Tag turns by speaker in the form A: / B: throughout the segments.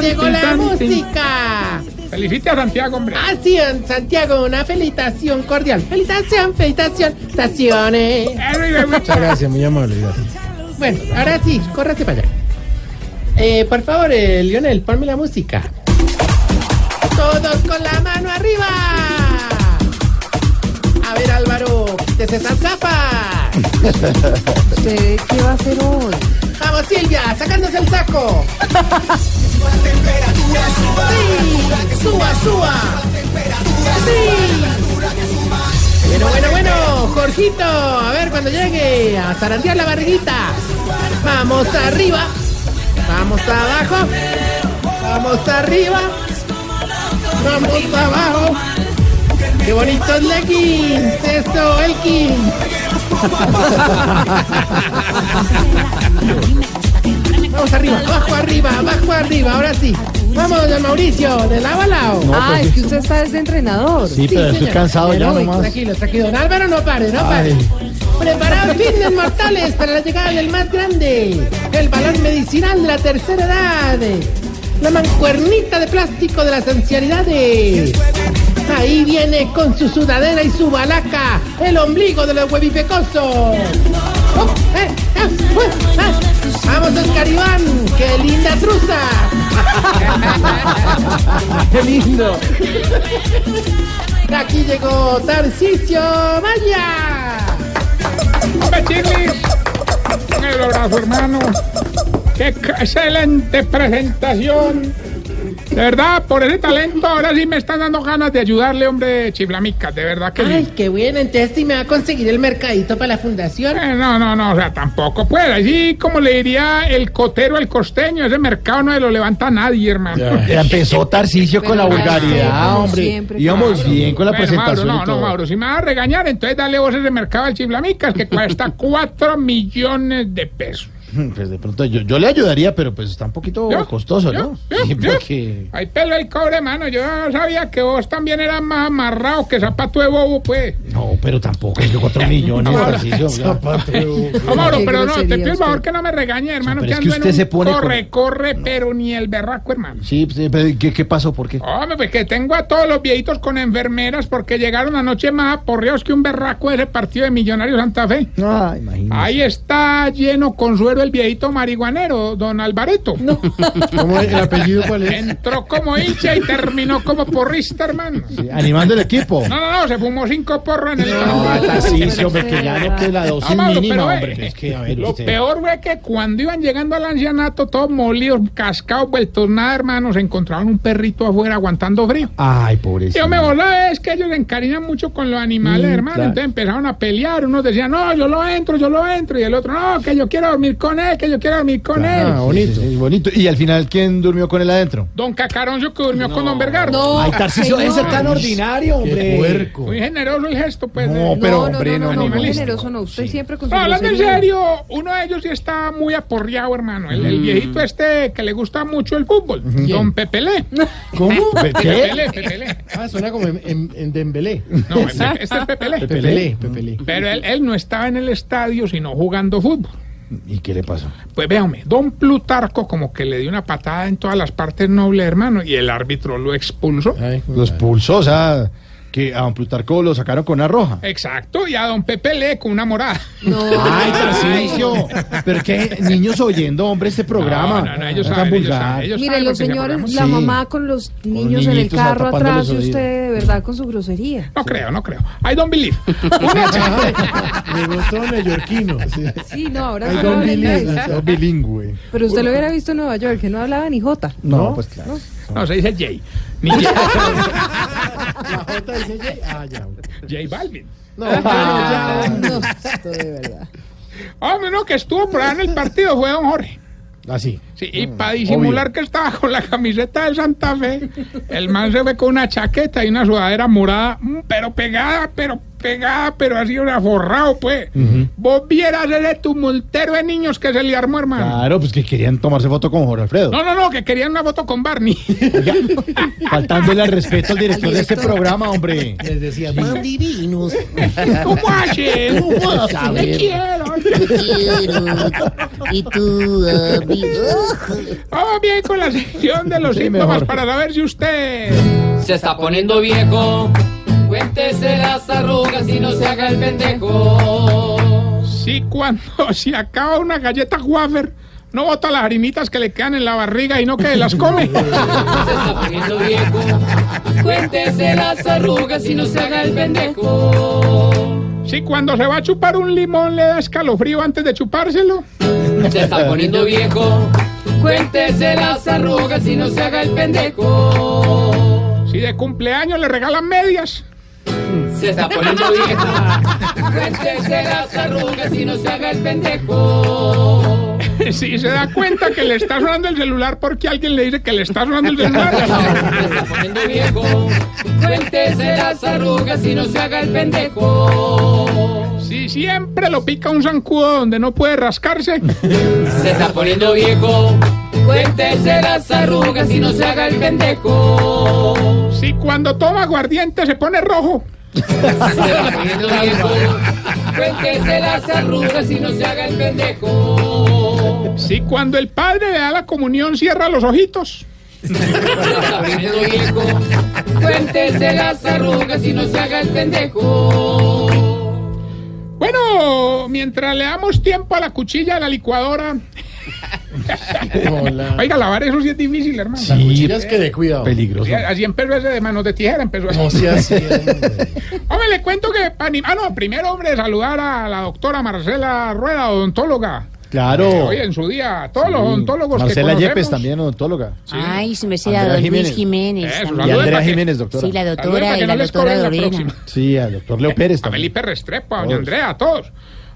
A: llegó la música.
B: Felicite a Santiago, hombre.
A: Así en Santiago, una felicitación cordial. Felicitación, felicitación, felicitaciones.
C: Muchas gracias, muy amable. gracias.
A: Bueno, ahora sí, córrate para allá. Eh, por favor, eh, Lionel, ponme la música. Todos con la mano arriba. A ver, Álvaro, desde esas gafas.
D: ¿Usted qué va a hacer hoy?
A: Vamos, Silvia, sacándose el saco. Sí, suba, suba. Sí. Bueno, bueno, bueno, Jorgito, a ver cuando llegue a zarandear la barriguita. Vamos arriba, vamos abajo, vamos arriba, vamos abajo. Qué bonito leggings, eso, Elkin. Vamos arriba, abajo, arriba, abajo, arriba, ahora sí. Vamos, don Mauricio, de lado a lado.
D: ah, es que usted está desde entrenador.
C: Sí, pero estoy
A: señor.
C: cansado ya
A: Pero,
C: nomás.
A: Tranquilo, tranquilo. Don Álvaro, no pare, no pare.
C: Ay.
A: Preparado, fitness mortales para la llegada del más grande. El balón medicinal de la tercera edad. La mancuernita de plástico de las ancianidades. Ahí viene con su sudadera y su balaca. El ombligo de los huevipecosos. Oh, eh, ah, uh, ah. Vamos, Oscar Iván. Qué linda truza. Aquí llegó Tarcicio Maya.
B: Hombre, Chilis. Un abrazo, hermano. Qué ca- excelente presentación. De verdad, por ese talento, ahora sí me están dando ganas de ayudarle, hombre, chiflamicas. De verdad que sí.
A: Ay, qué bueno. Entonces, si me va a conseguir el mercadito para la fundación.
B: Eh, No, no, no, o sea, tampoco. Pues así como le diría el cotero al costeño, ese mercado no se lo levanta nadie, hermano.
C: Ya, ya empezó Tarcicio con la
D: Pero,
C: vulgaridad,
D: ay, como
C: hombre.
D: siempre,
C: Íbamos
D: Pablo.
C: bien con la
B: Bueno, Mauro,
C: presentación
B: no,
C: y todo.
B: no, Mauro, si me vas a regañar, entonces dale vos ese mercado al chiflamicas que cuesta 4 millones de pesos.
C: Pues de pronto yo, yo le ayudaría, pero pues está un poquito
B: ¿Yo?
C: costoso,
B: ¿Yo?
C: ¿no?
B: ¿Yo?
C: Sí,
B: ¿Yo?
C: porque-
B: Ay, pelo el cobre, mano. Yo sabía que vos también eras más amarrado que zapato de bobo, pues.
C: No, pero tampoco es que cuatro millones, Tarcicio. ya.
B: No, Oh, Mauro, pero no, te
D: grosería
B: pido el favor
D: usted.
B: que no me regañe, hermano.
C: pues. pero es
B: que ando
C: que
B: en
C: usted
B: un
C: se pone con-
B: Corre, corre, pero ni el berraco, hermano.
C: Sí, sí, pero ¿qué, qué pasó? ¿Por qué?
B: Hombre, pues que tengo a todos los viejitos con enfermeras porque llegaron anoche más aporreados que un berraco de ese partido de Millonarios Santa Fe.
C: Ah, imagínate.
B: Ahí está lleno con suero el viejito marihuanero, don Alvareto.
C: ¿Cómo es el apellido cuál
B: Entró como hincha y terminó como porrista, hermano.
C: Animando el equipo.
B: No, no, no, se fumó cinco porros en el
C: No, Tarcicio, hombre, que ya no que la
B: Ah,
C: dosis
B: Mauro, pero,
C: mínima,
B: eh,
C: hombre. Es que, a ver,
B: Lo
C: usted-
B: peor fue que cuando iban llegando al ancianato, todos molidos, cascados, vueltos nada, hermano, se encontraron un perrito afuera aguantando frío.
C: Ay, pobrecito.
B: Yo me volaba, es que ellos se encariñan mucho con los animales,
C: Mm,
B: hermano.
C: claro.
B: Entonces empezaron a pelear. Unos decían, no, yo lo entro, yo lo entro. Y el otro, no, que yo quiero dormir con él, que yo quiero dormir con él.
C: Ah, bonito. Sí, sí, bonito. Y al final, ¿quién durmió con él adentro?
B: Don Cacaroncio que durmió con Don Vergara.
D: No,
C: Ay, Tarcicio,
D: señor.
C: ese es tan ordinario, hombre. puerco.
B: Muy generoso el gesto, pues.
C: No,
B: eh.
D: No,
C: pero,
D: no, no,
C: hombre,
D: no,
C: no,
D: no, muy
C: animalista.
D: generoso no. Usted
C: Sí.
D: siempre con su
B: No, hablando en
D: grosería.
B: serio, uno de ellos sí está muy aporreado, hermano. El,
A: Mm.
B: el viejito este que le gusta mucho el fútbol, Don Pepele.
C: ¿Cómo?
B: Pepele, Pepele.
A: Ah, suena como en, Dembélé.
B: No, este, este es Pepele.
C: Pepele.
B: Pero él, él no estaba en el estadio, sino jugando fútbol.
C: ¿Y qué le pasó?
B: Pues véame, don Plutarco como que le dio una patada en todas las partes nobles, hermano, y el árbitro lo expulsó.
C: Los pulsó, o sea, que a don Plutarco lo sacaron con una roja.
B: Exacto, y a don Pepe le con una morada.
D: No.
C: Ay, Tarcicio. Pero qué niños oyendo, hombre, este programa.
B: No, no, no, ellos
C: No tan
B: saben, ellos
C: vulgar.
B: saben, ellos
D: Mire,
B: saben
D: los
B: porque se
D: señores,
B: programan.
D: la
C: Sí.
D: mamá con los niños en el
C: niñitos
D: carro
C: tapándole
D: atrás y
C: los oídos.
D: usted de verdad con su grosería.
B: No creo, no creo. I don't believe.
C: Me gustó neoyorquino.
D: Sí, no, ahora sí no habla inglés.
C: Bilingüe. bilingüe.
D: Pero usted lo hubiera visto en Nueva York, que no hablaba ni jota.
C: No, pues claro.
B: No, se dice Jay. Ni Jay.
C: Ah, ya.
B: Jay Balvin.
D: Ah, no, esto de verdad.
B: Hombre, no, que estuvo por allá en el partido fue don Jorge.
C: Así.
B: Sí, y para disimular
C: Mm, obvio.
B: que estaba con la camiseta del Santa Fe, el man se fue con una chaqueta y una sudadera morada, mm, pero pegada, pero pegada, pero así un forrado, pues. Vos vieras ese tumultero de niños que se le armó, hermano.
C: Claro, pues que querían tomarse foto con Jorge Alfredo.
B: No, no, no, que querían una foto con Barney.
C: Faltándole al respeto al director de este
D: Listo.
C: programa, hombre.
A: Les decía, van divinos.
B: ¿Cómo haces?
A: ¿Cómo vas
B: Te
A: a ver?
B: quiero.
E: Y tú,
B: Vamos bien con la sección de los
C: Sí,
B: síntomas
C: mejor.
B: para saber si usted.
F: Se está poniendo viejo. Cuéntese las arrugas y no se haga el pendejo.
B: Si cuando se acaba una galleta wafer, no bota las harinitas que le quedan en la barriga y no que las come.
F: Se está poniendo viejo. Cuéntese las arrugas y no se haga el pendejo.
B: Si cuando se va a chupar un limón le da escalofrío antes de chupárselo.
F: Se está poniendo viejo. Cuéntese las arrugas y no se haga el pendejo.
B: Si de cumpleaños le regalan medias.
F: Se está poniendo viejo. Cuéntese las arrugas y no se haga el pendejo.
B: Si se da cuenta que le está sonando el celular porque alguien le dice que le está sonando el celular.
F: Se está poniendo viejo. Cuéntese las arrugas y no se haga el pendejo.
B: Si siempre lo pica un zancudo donde no puede rascarse.
F: Se está poniendo viejo. Cuéntese las arrugas y no se haga el pendejo.
B: Si cuando toma aguardiente se pone rojo.
F: Se está poniendo viejo. Cuéntese las arrugas y no se haga el pendejo.
B: Si cuando el padre le da la comunión cierra los ojitos.
F: Se está poniendo viejo. Cuéntese las arrugas y no se haga el pendejo.
B: Bueno, mientras le damos tiempo a la cuchilla, a la licuadora.
C: Hola.
B: Oiga, lavar eso sí es difícil, hermano.
C: Cuchillas que de cuidado. Peligroso.
B: Así empezó ese de manos de tijera, empezó así.
C: No se hace.
B: Hombre, le cuento que... pa' anim- Ah, no, primero, hombre, saludar a la doctora Marcela Rueda, odontóloga.
C: Claro.
B: Hoy en su día, todos los odontólogos que
C: Oh. Marcela
B: conocemos.
C: Yepes también odontóloga.
E: Ay, su merced
C: Andrea
E: a don Luis Jiménez.
C: Jiménez.
B: Eso,
E: también.
B: Salude
C: Y Andrea
B: para que-
C: Jiménez, doctora.
E: Sí, la
B: Saludos
E: doctora
B: para
E: y
B: que
E: la
B: no les
E: doctora
B: cobren la
E: Lorena.
B: próxima.
C: Sí, al doctor Leo Pérez
B: A
C: también.
B: Felipe Restrepo, a doña
C: Todos.
B: Andrea, a todos.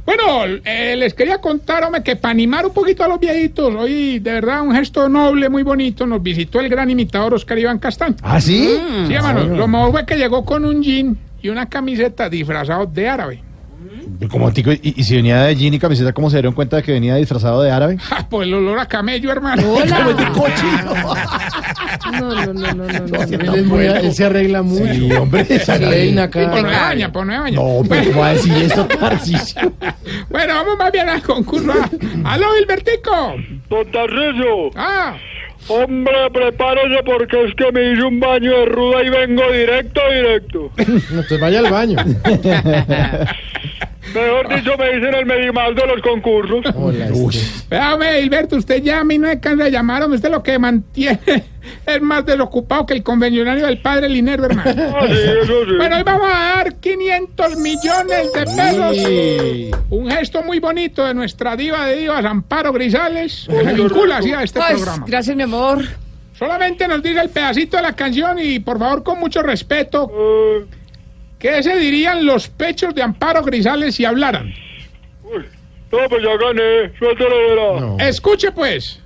B: Bueno, eh, les quería contar, hombre, que para animar un poquito a los viejitos, hoy de verdad un gesto noble, muy bonito, nos visitó el gran imitador Oscar Iván Castaño.
C: ¿Ah, sí?
B: Sí, hermano, lo mejor fue que llegó con un jean y una camiseta disfrazados de árabe.
C: Como tico, y, y si venía de jean y camiseta, ¿cómo se dieron cuenta de que venía disfrazado de árabe?
B: Ja, por Ah, pues el olor a camello, hermano.
D: Hola. No, no, no, no, no, no.
C: Él, se arregla mucho. Sí, hombre, se arregla
B: Por no me baña, por no me baña.
C: No, pero ¿cómo va a decir eso, Tarcisio?
B: Bueno, vamos más bien al concurso. Ah, ¡Aló, Hilbertico!
G: Don Tarcisio,
B: ¡Ah!
G: hombre, prepárese porque es que me hice un baño de ruda y vengo directo, directo.
C: No te vaya al baño.
G: Mejor dicho, me dicen el medimal de los concursos.
C: Uy,
B: Eh, Espérame, Hilberto, usted ya a mí no me cansa de llamar, hombre, usted lo que mantiene es más desocupado que el convencionario del padre Linero, hermano.
G: Ah, sí, eso sí.
B: Bueno, hoy vamos a dar 500 millones de
C: Sí.
B: pesos. Un gesto muy bonito de nuestra diva de divas, Amparo Grisales, que se vincula así a este programa.
D: Pues, gracias, mi amor.
B: Solamente nos dice el pedacito de la canción y por favor, con mucho respeto,
G: Eh,
B: ¿qué se dirían los pechos de Amparo Grisales si hablaran?
G: uy, no, pues ya gané, suéltalo verá.
B: Escuche pues.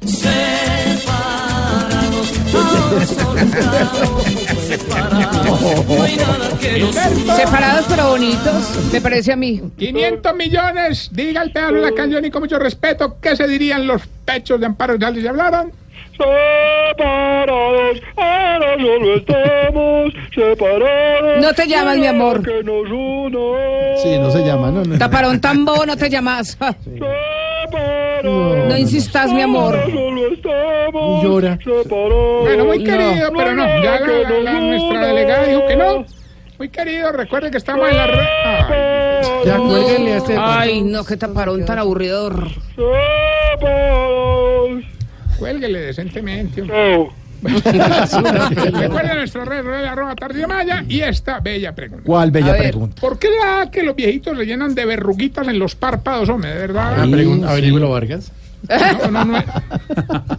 B: Hilberto,
D: Separados pero bonitos, me parece a mí.
B: 500 millones, diga el pedazo de la canción y con mucho respeto, ¿qué se dirían los pechos de Amparo Grisales si hablaran?
G: Separados, Ah, ahora solo estamos separados.
D: No te llamas, mi amor.
G: Que nos uno.
C: sí, no se llama, no, no.
D: Taparón tan bobo, no te llamas. Ah,
G: Separados.
D: No insistas, mi
G: ahora
D: amor.
G: solo
C: Y
G: estamos
C: llora.
G: separados.
B: Bueno, muy querido,
G: No,
B: pero no.
G: no,
B: Ya la-
G: que
B: la- la-
G: no,
B: nuestra
G: no.
B: delegada dijo que no. Muy querido, recuerde que estamos en la red. Ay,
C: Ya, cuélguenle a este.
D: Ay, no, qué taparón tan aburridor.
G: Separados.
B: cuélguele decentemente. hombre.
G: Chao.
B: Recuerde nuestra red, red arroba Tarcisio Maya y esta bella pregunta.
C: ¿Cuál
D: A
C: bella
D: ver.
C: pregunta?
B: ¿Por qué da que los viejitos se llenan de
C: Ah,
B: verruguitas en los párpados, hombre? De verdad.
C: pregunta,
H: Averíguelo Vargas.
B: No, no, no.